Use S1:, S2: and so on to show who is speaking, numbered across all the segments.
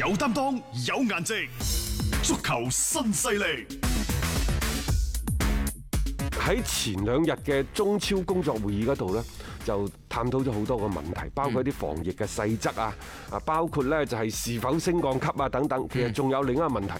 S1: 有擔當，有顏值，足球新勢力。
S2: 喺前兩日嘅中超工作會議嗰度呢，就探討咗好多個問題，包括一啲防疫嘅細則啊，啊，包括呢就係是否升降級啊等等。其實仲有另一個問題。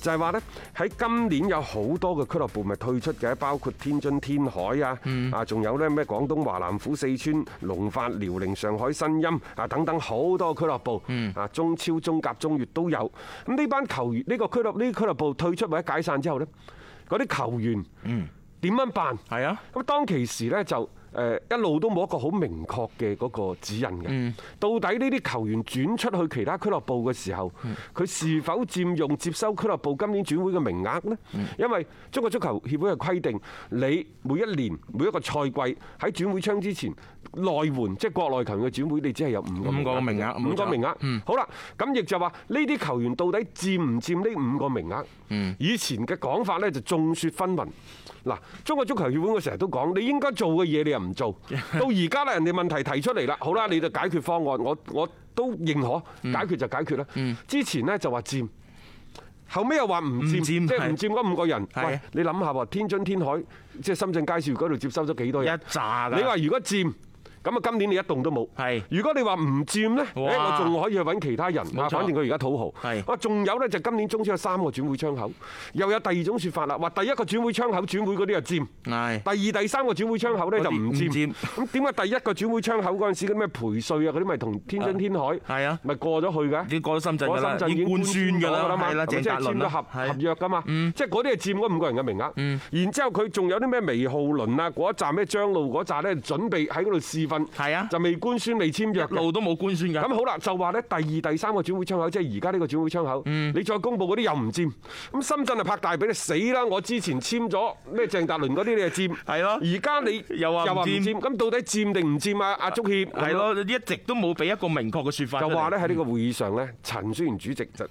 S2: 就係話呢，喺今年有好多嘅俱樂部咪退出嘅，包括天津天海啊，啊，仲有呢咩廣東華南虎、四川龍發、遼寧上海申鑫啊等等好多俱樂部，啊，中超、中甲、中乙都有。咁呢班球員呢個俱樂呢啲俱樂部退出或者解散之後呢，嗰啲球員點樣辦？
S3: 係啊，
S2: 咁當其時呢，就誒一路都冇一個好明確嘅嗰個指引嘅。到底呢啲球員轉出去其他俱樂部嘅時候，佢是否佔用接收俱樂部今年轉會嘅名額呢？因為中國足球協會嘅規定，你每一年每一個賽季喺轉會窗之前內援，即係國內球員嘅轉會，你只係有五個
S3: 五個名額
S2: 五個
S3: 冇錯嗯
S2: 名額。好啦，咁亦就話呢啲球員到底佔唔佔呢五個名額？
S3: 嗯
S2: 以前嘅講法呢就眾說紛紜。嗱，中國足球協會我成日都講，你應該做嘅嘢你又唔 做，到而家咧人哋問題提出嚟啦，好啦，你就解決方案，我我都認
S3: 嗯
S2: 可，解決就解決啦。之前呢就話佔。後尾又話唔佔，
S3: 唔佔
S2: 即係唔
S3: 係
S2: 佔嗰五個人。
S3: 係
S2: 喂，你諗下喎，天津天海即係深圳佳兆業嗰度接收咗幾多
S3: 一
S2: 人？
S3: 炸㗎。
S2: 你話如果佔，咁啊今年你一棟都冇。
S3: 係
S2: 如果你話唔佔呢，誒
S3: 哇
S2: 我仲可以去揾其他人啊，
S3: 冇錯
S2: 反正佢而家土豪。
S3: 係
S2: 啊，仲有呢，就今年中超有三個轉會窗口，又有第二種説法啦，話第一個轉會窗口轉會嗰啲就佔。
S3: 係
S2: 第二、第三個轉會窗口呢，
S3: 嗰啲
S2: 就唔
S3: 唔
S2: 佔
S3: 佔，
S2: 咁點解第一個轉會窗口嗰陣時嗰啲咩培稅啊嗰啲咪同天津天海
S3: 係啊
S2: 咪過咗去嘅，
S3: 已經過咗深圳
S2: 過
S3: 㗎
S2: 咗
S3: 啦
S2: 深，圳
S3: 已經官宣
S2: 官
S3: 㗎
S2: 咗
S3: 啦，
S2: 嘛
S3: 係啦，
S2: 係咪
S3: 鄭
S2: 即係
S3: 達
S2: 簽
S3: 倫
S2: 咗
S3: 啦，
S2: 合合
S3: 係嗯
S2: 約㗎嘛，即係嗰啲係佔嗰五個人嘅名額，然之後佢仲有啲咩微浩倫啊嗰一紮咩張路嗰紮呢，準備喺嗰度試訓，
S3: 係啊
S2: 就未官宣未簽約嘅
S3: 路都冇官宣㗎。
S2: 咁好啦，就話咧第二、第三個轉會窗口，即係而家呢個轉會窗口，
S3: 嗯
S2: 你再公佈嗰啲又唔佔。咁深圳就啊拍大髀你死啦！我之前簽咗咩鄭達倫嗰啲，你就佔。
S3: 係咯
S2: 而家你
S3: 又話唔
S2: 唔
S3: 佔
S2: 佔，咁到底佔定唔佔啊？阿足協
S3: 係。咯，一直都冇俾一個明確嘅説法。
S2: 就話咧，喺呢個會議上咧，陳戌源主席就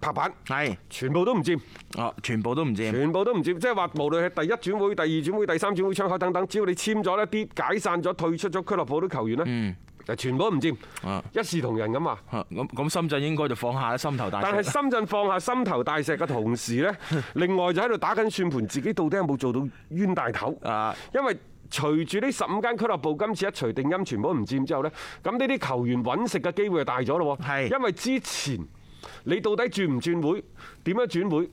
S2: 拍板，
S3: 係，
S2: 全部都唔佔，
S3: 哦，全部都唔知。
S2: 全部都唔佔，即係話無論係第一轉會、第二轉會、第三轉會窗口等等，只要你簽咗一啲解散咗、退出咗俱樂部啲球員咧，就全部都唔佔
S3: 嗯啊，
S2: 一視同仁咁話。
S3: 啊咁咁深圳應該就放下心頭大
S2: 但係
S3: 石。
S2: 深圳放下心頭大石嘅同時 呢，另外就喺度打緊算盤，自己到底有冇做到冤大頭？
S3: 啊
S2: 因為隨住呢十五間俱樂部今次一錘定音，全部都唔佔之後呢，咁呢啲球員揾食嘅機會就大咗咯喎。
S3: 係
S2: 因為之前你到底轉唔轉會，點樣轉會？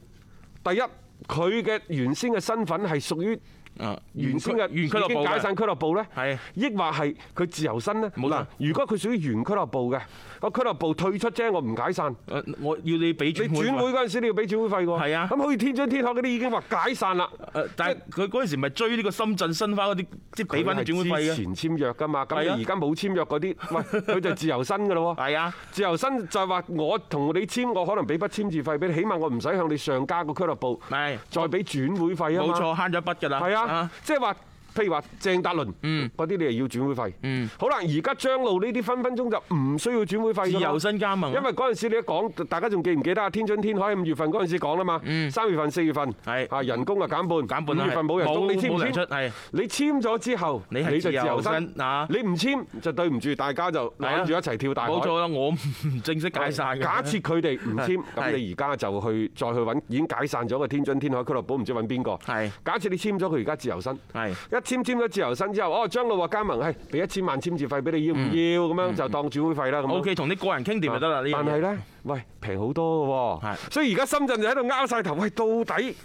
S2: 第一，佢嘅原先嘅身份係屬於。
S3: 啊，
S2: 原先嘅
S3: 原俱樂
S2: 已經
S3: 部
S2: 解散
S3: 嘅
S2: 俱樂部咧
S3: 係，
S2: 抑或係佢自由身呢？
S3: 冇錯
S2: 嗱，如果佢屬於原俱樂部嘅，個俱樂部退出啫，我唔解散。
S3: 呃我要你俾
S2: 你
S3: 轉
S2: 轉會
S3: 會費。
S2: 嗰陣時，你要俾轉會費喎。
S3: 係啊
S2: 咁好似天津天海嗰啲已經話解散啦。
S3: 呃但係佢嗰陣時咪追呢個深圳申花嗰啲，即係俾翻啲轉會費
S2: 佢係
S3: 嘅。
S2: 之前簽約㗎嘛，咁你
S3: 係啊
S2: 而家冇簽約 嗰啲，喂，佢就自由身㗎咯喎。
S3: 係啊，
S2: 自由身就係話我同你簽，我可能俾筆簽字費俾你，起碼我唔使向你上家個俱樂部
S3: 係
S2: 再俾轉會費啊
S3: 冇
S2: 嘛。
S3: 錯，慳咗一筆㗎啦。
S2: 係啊，即係話。譬如話鄭達倫
S3: 嗯
S2: 嗰啲，你係要轉會費。好啦，而家張路呢啲分分鐘就唔需要轉會費㗎啦
S3: 自由身加盟。啊
S2: 因為嗰陣時你一講，大家仲記唔記得啊？天津天海五月份嗰陣時講啦嘛，三月份、四月份
S3: 嗯係
S2: 啊人工啊減半，
S3: 減半啦
S2: 五月份冇人工，
S3: 冇
S2: 你簽唔
S3: 冇糧出
S2: 簽
S3: 係？
S2: 你簽咗之後，
S3: 你係
S2: 就
S3: 自由身啊
S2: 你唔簽就對唔住大家就攬住一齊跳大海。
S3: 冇錯啦，我唔 正式解散嘅。
S2: 假設佢哋唔簽，咁
S3: 係
S2: 你而家就去再去揾已經解散咗嘅天津天海俱樂部，唔知揾邊個？
S3: 係
S2: 假設你簽咗佢而家自由身，
S3: 係
S2: 一簽簽咗自由身之後，哦張老話加盟，係俾一千萬簽字費俾你，
S3: 嗯
S2: 要唔要咁樣就當轉會費啦咁樣。
S3: O K，同啲個人傾掂就得啦。呢樣
S2: 但
S3: 嘢
S2: 係咧，喂平好多嘅喎，
S3: 係
S2: 所以而家深圳就喺度拗晒頭，喂到 底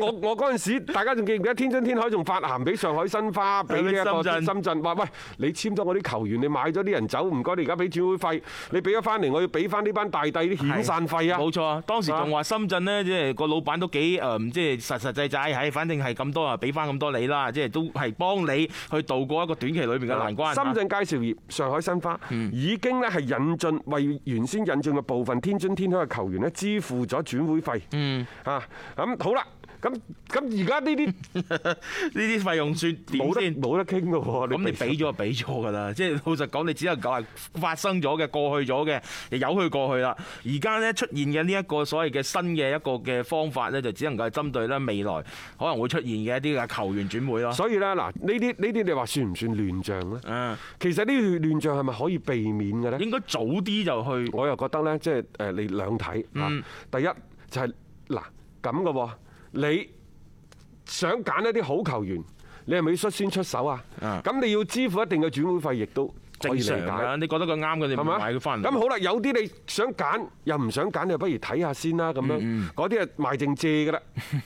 S2: 我我嗰陣時，大家仲記唔記得天津天海仲發函俾上海申花，俾呢一個
S3: 深圳
S2: 深圳話，喂你簽咗我啲球員，你買咗啲人走，唔該你而家俾轉會費，你俾咗翻嚟，我要俾翻呢班大帝啲遣散費啊！
S3: 冇錯，當時仲話深圳呢，即係個老闆都幾誒，唔即係實實際際，唉，反正係咁多啊，俾翻咁多你啦，即係都係幫你去渡過一個短期裏面嘅難關。啊嗯
S2: 深圳佳兆業、上海申花已經咧係引進為原先引進嘅部分天津天海嘅球員咧支付咗轉會費。嗯，啊咁好啦，咁咁而家 呢啲
S3: 呢啲費用算點
S2: 冇得
S3: 先？
S2: 冇得傾嘅喎，
S3: 咁你俾咗就俾咗㗎啦，即係老實講，你只能夠係發生咗嘅、過去咗嘅，就由佢過去啦。而家咧出現嘅呢一個所謂嘅新嘅一個嘅方法咧，就只能夠係針對咧未來可能會出現嘅一啲嘅球員轉會咯。
S2: 所以咧，嗱，呢啲呢啲你話算唔算亂象呢？
S3: 嗯，
S2: 其實呢啲亂象係咪可以避免嘅呢？
S3: 應該早啲就去。
S2: 我又覺得呢，即係誒你兩睇
S3: 嗯
S2: 啊。第一就係嗱咁嘅喎，你想揀一啲好球員，你係咪要率先出手啊？
S3: 嗯
S2: 咁你要支付一定嘅轉會費，亦都可
S3: 正
S2: 以理
S3: 常
S2: 解
S3: 㗎，。你覺得佢啱嘅，你咪
S2: 係咪
S3: 買佢翻嚟。
S2: 咁好啦，有啲你想揀又唔想揀，你不如睇下先啦咁樣。嗰啲係賣剩借 㗎啦，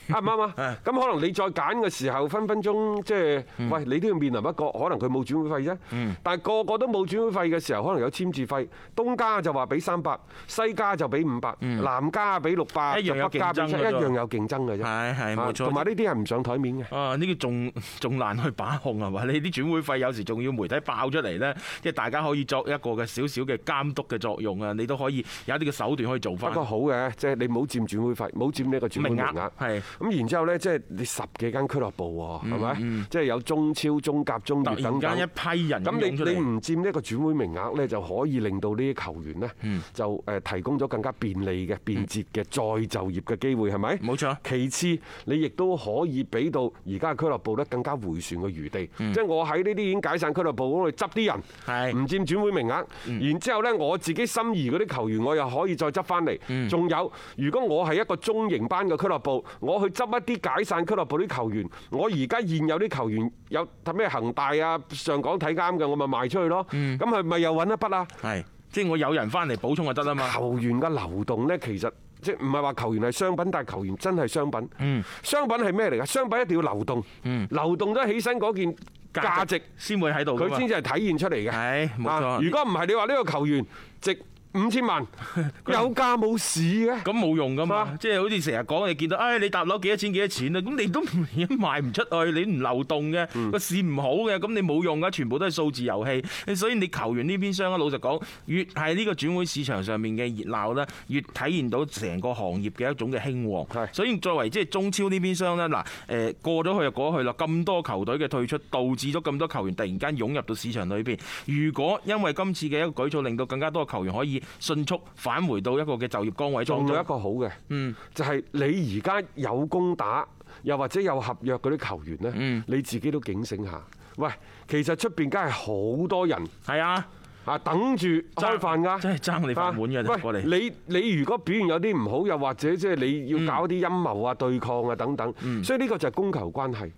S2: 啱唔啱啊？咁可能你再揀嘅時候，分分鐘即係喂，你都要面臨一個可能佢冇轉會費啫。但係個個都冇轉會費嘅時候，可能有簽字費。東家就話俾三百，西家就俾五百，南家俾六百，
S3: 一樣有
S2: 北家俾
S3: 競
S2: 七，
S3: 爭
S2: 一
S3: 㗎啫
S2: 樣有競爭嘅啫。
S3: 係係
S2: 啊
S3: 冇錯
S2: 同埋呢啲係唔上台面嘅。
S3: 啊！呢個仲仲難去把控係嘛？你啲轉會費有時仲要媒體爆出嚟呢，即係大家可以作一個嘅少少嘅監督嘅作用啊！你都可以有一啲嘅手段可以做
S2: 不
S3: 翻。
S2: 過好嘅，即係你冇佔轉會費，冇佔呢個轉會名
S3: 名額
S2: 額。
S3: 係嗯
S2: 咁然之後呢，即係你十幾間俱樂部喎，係咪？即係有中超、中甲、中
S3: 突
S2: 乙等
S3: 然
S2: 等
S3: 間。一批人
S2: 咁
S3: 咁
S2: 你
S3: 湧出
S2: 你
S3: 嚟，
S2: 唔佔呢個轉會名額呢，就可以令到呢啲球員呢，
S3: 嗯
S2: 就誒提供咗更加便利嘅、便捷嘅再就業嘅機會，係咪？
S3: 冇錯
S2: 其次，你亦都可以俾到而家嘅俱樂部呢更加回旋嘅餘地，即係我喺呢啲已經解散俱樂部嗰度執啲人。
S3: 係
S2: 唔佔轉會名額，然之後呢，我自己心儀嗰啲球員，我又可以再執翻嚟。仲有，如果我係一個中型班嘅俱樂部，我去執一啲解散俱樂部啲球員，我而家現有啲球員有睇咩恒大啊、上港睇啱嘅，我咪賣出去咯。咁係咪又揾一筆啊？
S3: 係即係我有人翻嚟補充就得啦嘛。
S2: 球員嘅流動呢，其實即係唔係話球員係商品，但係球員真係商品。
S3: 嗯
S2: 商品係咩嚟㗎？商品一定要流動，流動咗起身嗰件價值。
S3: 先會喺度㗎
S2: 佢
S3: 嘛。
S2: 先至係體現出嚟嘅。
S3: 係冇錯
S2: 啊如果唔係，你話呢個球員值五千 萬，有價冇市嘅。
S3: 咁冇用噶
S2: 係
S3: 嘛
S2: 嘛，
S3: 即係好似成日講，你見到，唉，你搭樓幾多錢幾多錢啊？咁你都唔 賣唔出去，你唔流動嘅，個市唔好嘅，咁你冇用噶，全部都係數字遊戲。所以你球員呢邊商咧，老實講，越係呢個轉會市場上面嘅熱鬧咧，越體現到成個行業嘅一種嘅興旺。
S2: 係
S3: 所以作為即係中超呢邊商咧，嗱，誒過咗去就過咗去啦，咁多球隊嘅退出，導致咗咁多球員突然間湧入到市場裏邊。如果因為今次嘅一個舉措，令到更加多嘅球員可以迅速返回到一個嘅就業崗位當
S2: 仲有
S3: 中
S2: 一。個好嘅，
S3: 嗯
S2: 就係你而家有工打，又或者有合約嗰啲球員
S3: 嗯
S2: 呢，你自己都警醒下。喂，其實出邊梗係好多人
S3: 係啊，
S2: 啊，等住開飯㗎。
S3: 真係爭你飯碗嘅啫，過嚟。
S2: 啊喂，你你如果表現有啲唔好，又或者即係你要搞啲陰謀啊、對抗啊等等，
S3: 嗯
S2: 所以呢個就係供求關係。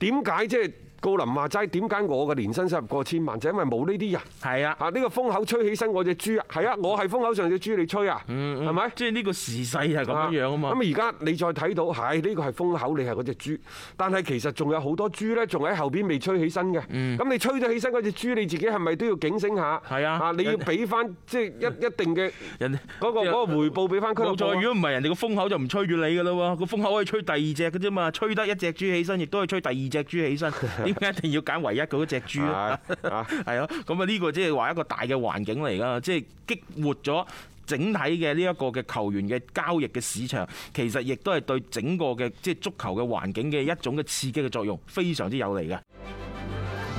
S2: 點解即係郜林話齋？點解我嘅年薪收入過千萬？就因為冇呢啲人。
S3: 係啊，
S2: 啊！呢個風口吹起身，我只豬啊，係啊，我係風口上只豬，你吹啊，係咪？
S3: 即係呢個時勢係嗯咁樣樣啊嘛。
S2: 咁而家你再睇到，係呢個係風口，你係嗰只豬，但係其實仲有好多豬呢，仲喺後邊未吹起身嘅。咁你吹咗起身嗰只豬，你自己係咪都要警醒下？
S3: 嗯係啊
S2: 你要俾翻即係一一定嘅
S3: 人哋
S2: 嗰個嗰個回報俾翻俱樂
S3: 冇
S2: 部
S3: 錯，
S2: 啊。
S3: 如果唔係人哋個風口就唔吹住你噶啦喎，個風口可以吹第二隻嘅啫嘛，吹得一隻豬起身，亦都可以吹第二隻豬 起身。點解一定要揀唯一嗰隻豬啊？
S2: 係啊
S3: 係啊，咁啊呢個即係話一個大嘅環境嚟㗎，即係激活咗。整體嘅呢一個嘅球員嘅交易嘅市場，其實亦都係對整個嘅即係足球嘅環境嘅一種嘅刺激嘅作用，非常之有利嘅。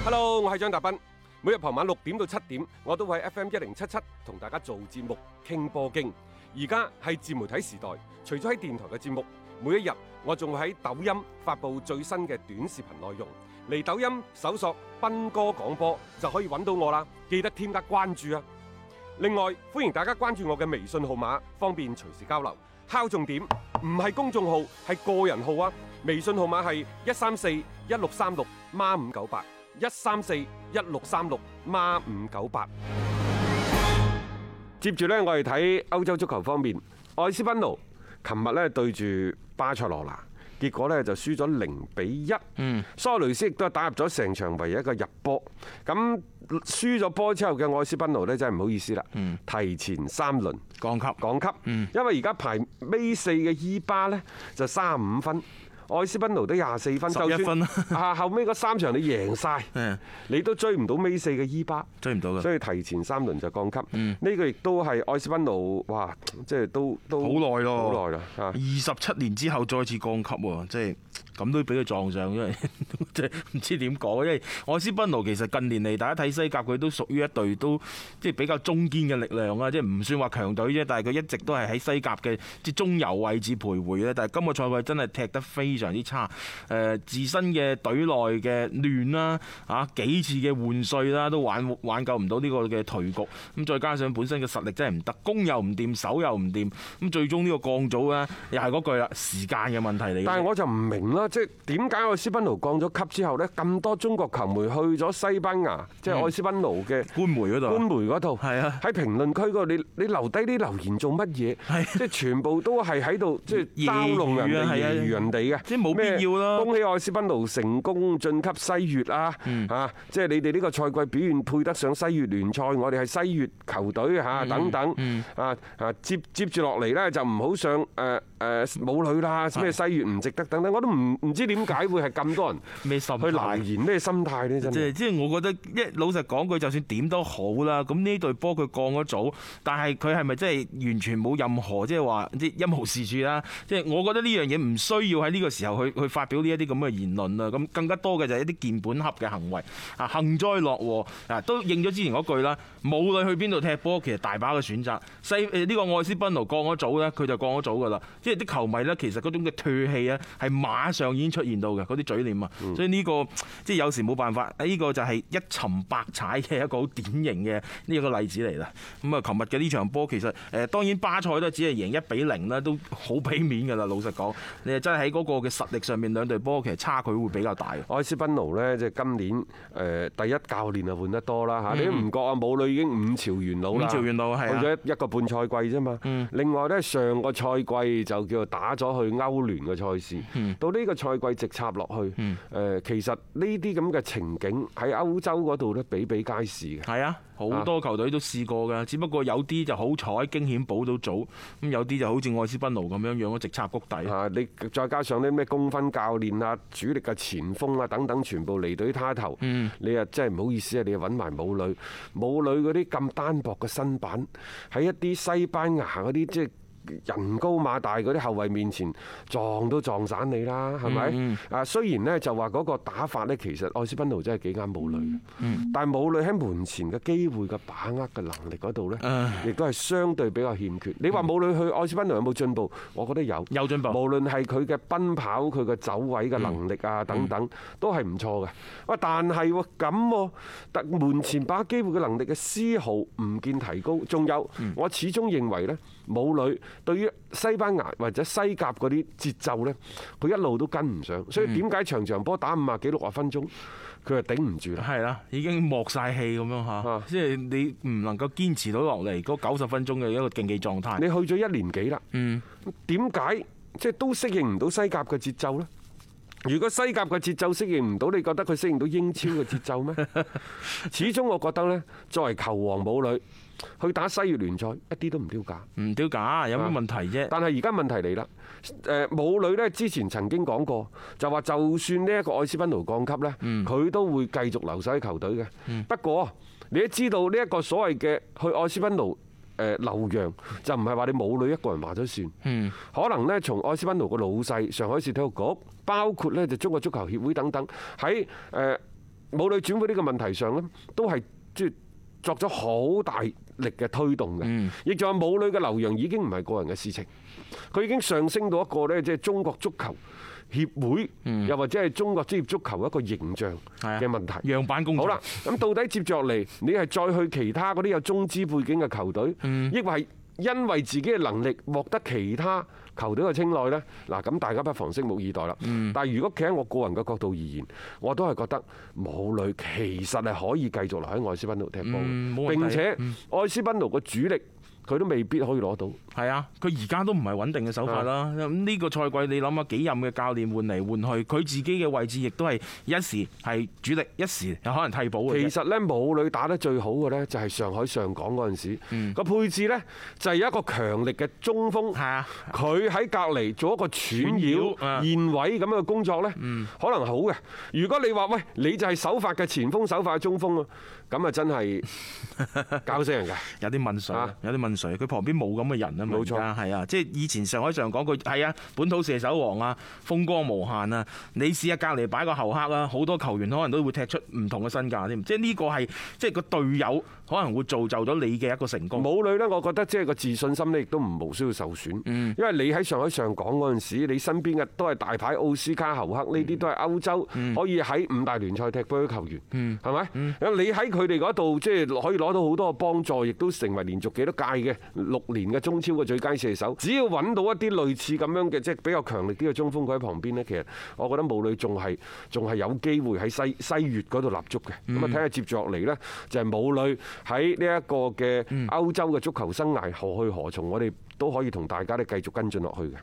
S2: Hello，我係張達斌。每日傍晚六點到七點，我都會喺 FM 一零七七同大家做節目傾波經。而家係自媒體時代，除咗喺電台嘅節目，每一日我仲會喺抖音發布最新嘅短視頻內容。嚟抖音搜索斌哥廣播就可以揾到我啦，記得添加關注啊！另外，歡迎大家關注我嘅微信號碼，方便隨時交流。敲重點，唔係公眾號，係個人號啊！微信號碼係一三四一六三六孖五九八，一三四一六三六孖五九八。接住呢，我哋睇歐洲足球方面，愛斯賓奴琴日呢對住巴塞羅那，結果呢就輸咗零比一。
S3: 嗯，
S2: 蘇亞雷斯亦都係打入咗成場唯一一個入波。咁輸咗波之後嘅愛斯賓奴呢，真係唔好意思啦，提前三輪
S3: 降級。嗯
S2: E 降級，因為而家排尾四嘅伊巴呢，就三十五分。愛斯賓奴得廿四分，
S3: 11分啦
S2: 啊後尾嗰三場你贏 晒
S3: 嗯，
S2: 你都追唔到尾四嘅伊巴，
S3: 追唔到㗎
S2: 所以提前三輪就降級。
S3: 嗯
S2: 呢個亦都係愛斯賓奴，哇！即係都都
S3: 好耐咯，
S2: 好耐啦啊嚇
S3: 二。十七年之後再次降級喎，即係咁都俾佢撞上，因為 即係唔知點講，因為愛斯賓奴其實近年嚟大家睇西甲佢都屬於一隊都即係比較中堅嘅力量啊，即係唔算話強隊啫，但係佢一直都係喺西甲嘅即係中游位置徘徊啊咧。但係今個賽季真係踢得非常之差，誒自身嘅隊內嘅亂啦，啊幾次嘅換帥啦都挽挽救唔到呢個嘅頹局，咁再加上本身嘅實力真係唔得，攻又唔掂，守又唔掂，咁最終呢個降組咧又係嗰句啦，時間嘅問題嚟嘅。
S2: 但係我就唔明啦，即係點解愛斯賓奴降咗級之後呢，咁多中國球迷去咗西班牙，即
S3: 嗯
S2: 係愛斯賓奴嘅
S3: 官媒嗰度啊
S2: 官媒嗰度，
S3: 係啊
S2: 喺評論區嗰度，你你留低啲留言做乜嘢？
S3: 係
S2: 即係全部都係喺度即係嘲弄人
S3: 揶揄啊
S2: 哋、
S3: 係啊
S2: 揶揄人哋嘅，
S3: 即係冇必要啦
S2: 咩恭喜愛斯賓奴成功晉級西乙啊！嚇，即係你哋呢個賽季表現配得上西乙聯賽，我哋係西乙球隊嚇等等啊啊！接接住落嚟呢，就唔好上誒誒母女啦，咩西乙唔值得等等，我都唔唔知點解會係咁 多人
S3: 咩心
S2: 去
S3: 態
S2: 難言咩心態呢？真
S3: 即係
S2: 係。
S3: 即係我覺得一老實講句，就算點都好啦，咁呢隊波佢降咗組，但係佢係咪真係完全冇任何即係話即係一無是處啦？即係我覺得呢樣嘢唔需要喺呢個時候去去發表呢一啲咁嘅言論啦。咁更加多嘅就係一啲鍵盤俠嘅行為啊，幸災樂禍啊，都應咗之前嗰句啦。無論去邊度踢波，其實大把嘅選擇。西誒呢個愛斯賓奴降咗組呢，佢就降咗組㗎啦。即係啲球迷呢，其實嗰種嘅唾氣呢，係馬上已經出現到嘅嗰啲嘴臉啊。所以呢個即係有時冇辦法，哎呢個就係一沉百踩嘅一個好典型嘅呢一個例子嚟啦。咁啊，琴日嘅呢場波其實誒當然巴塞都只係贏一比零啦，都好俾面㗎啦。老實講，你係真係喺嗰個嘅實力上面，兩隊波其實差距會比較大嘅。
S2: 愛斯賓奴呢，即係今年誒第一教練啊換得多啦嚇，你都唔覺啊，母女已經五朝元老啦，
S3: 嗯五朝元老係啊嗯
S2: 去咗一一個半賽季啫嘛。另外呢，上個賽季就叫做打咗去歐聯嘅賽事，
S3: 嗯
S2: 到呢個賽季直插落去。誒，其實呢啲咁嘅情景喺歐洲嗰度呢，比比皆是嘅。
S3: 係啊，好多球隊都試過㗎，只不過有啲就好彩驚險保到組，咁有啲就好似愛斯賓奴咁樣樣咯，直插谷底。
S2: 啊！你再加上啲咩公分教練啊、主力嘅前鋒啊等等，全部離隊他頭，你啊真係唔好意思啊！你揾埋母女，母女嗰啲咁單薄嘅身板，喺一啲西班牙嗰啲即係。人高馬大嗰啲後衞面前撞都撞散你啦，係咪？啊，雖然呢就話嗰個打法呢，其實愛斯賓奴真係幾啱母女嘅，但係母女喺門前嘅機會嘅把握嘅能力嗰度呢，亦都係相對比較欠缺。你話母女去愛斯賓奴有冇進步？我覺得有，
S3: 有進步
S2: 無論係佢嘅奔跑、佢嘅走位嘅能力
S3: 嗯
S2: 啊等等，都係唔錯嘅。喂，但係喎咁喎，但門前把握機會嘅能力嘅絲毫唔見提高。仲有，
S3: 嗯
S2: 我始終認為呢，母女對於西班牙或者西甲嗰啲節奏呢，佢一路都跟唔上。所
S3: 嗯
S2: 以點解場場波打五啊幾六啊分鐘，佢就頂唔住啦。
S3: 係啦，已經磨晒氣咁樣
S2: 啊
S3: 嚇，即係你唔能夠堅持到落嚟嗰九十分鐘嘅一個競技狀態。
S2: 你去咗一年幾啦，點解即係都適應唔到西甲嘅節奏呢？如果西甲嘅節奏適應唔到，你覺得佢適應到英超嘅節奏咩？始終我覺得呢，作為球王母女去打西乙聯賽一啲都唔丟架。
S3: 唔丟架，有
S2: 啊
S3: 咩問題啫？
S2: 但係而家問題嚟啦，誒母女呢之前曾經講過，就話就算呢一個愛斯賓奴降級呢，佢都會繼續留守喺球隊嘅。不過你都知道呢一個所謂嘅去愛斯賓奴。誒留洋就唔係話你母女一個人話咗算，可能呢，從愛斯賓奴個老細上海市體育局，包括呢就中國足球協會等等，喺誒母女轉會呢個問題上呢，都係即係作咗好大力嘅推動
S3: 嗯
S2: 嘅，亦就係母女嘅留洋已經唔係個人嘅事情。佢已經上升到一個呢，即係中國足球協會，又或者係中國職業足球一個形象
S3: 嗯係啊
S2: 嘅問題。
S3: 樣板工作
S2: 好啦，，咁到底接著嚟，你係再去其他嗰啲有中資背景嘅球隊，
S3: 嗯
S2: 抑或係因為自己嘅能力獲得其他球隊嘅青睞呢？嗱，咁大家不妨拭目以待啦。
S3: 嗯
S2: 但係如果企喺我個人嘅角度而言，我都係覺得母女其實係可以繼續留喺愛斯賓奴踢波
S3: 嗯冇
S2: 嘅，
S3: 問題
S2: 並且愛斯賓奴嘅主力佢都未必可以攞到。
S3: 係啊，佢而家都唔係穩定嘅手法啦。咁呢個賽季你諗下幾任嘅教練換嚟換去，佢自己嘅位置亦都係一時係主力，一時有可能替補嘅
S2: 其
S3: 啫。
S2: 實呢，母女打得最好嘅呢，就係上海上港嗰陣
S3: 嗯
S2: 時，個配置呢，就係有一個強力嘅中鋒，
S3: 係啊，
S2: 佢喺隔離做一個串繞、
S3: 串繞啊
S2: 現位咁嘅工作呢，可能好嘅。如果你話喂，你就係首發嘅前鋒、首發嘅中鋒啊，咁啊真 係搞死人㗎。
S3: 有啲問水
S2: 啊，
S3: 有啲問水。佢旁邊冇咁嘅人啊嘛，
S2: 冇錯
S3: 而家係啊，即係以前上海上港佢係啊，本土射手王啊，風光無限啊。你試下隔離擺個後客啊，好多球員可能都會踢出唔同嘅身價添。即係呢個係即係個隊友可能會造就咗你嘅一個成功。
S2: 母女呢，我覺得即係個自信心呢，亦都唔無需要受損，因為你喺上海上港嗰陣時，你身邊嘅都係大牌奧斯卡、侯克呢啲都係歐洲可以喺五大聯賽踢波嘅球員，係咪？你喺佢哋嗰度即係可以攞到好多嘅幫助，亦都成為連續幾多屆嘅六年嘅中超嘅最佳射手。只要揾到一啲類似咁樣嘅即係比較強力啲嘅中鋒，佢喺旁邊呢，其實我覺得母女仲係仲係有機會喺西西乙嗰度立足嘅。咁啊睇下接住落嚟呢，就係母女喺呢一個嘅歐洲嘅足球生涯何去何從，我哋都可以同大家咧繼續跟進落去嘅。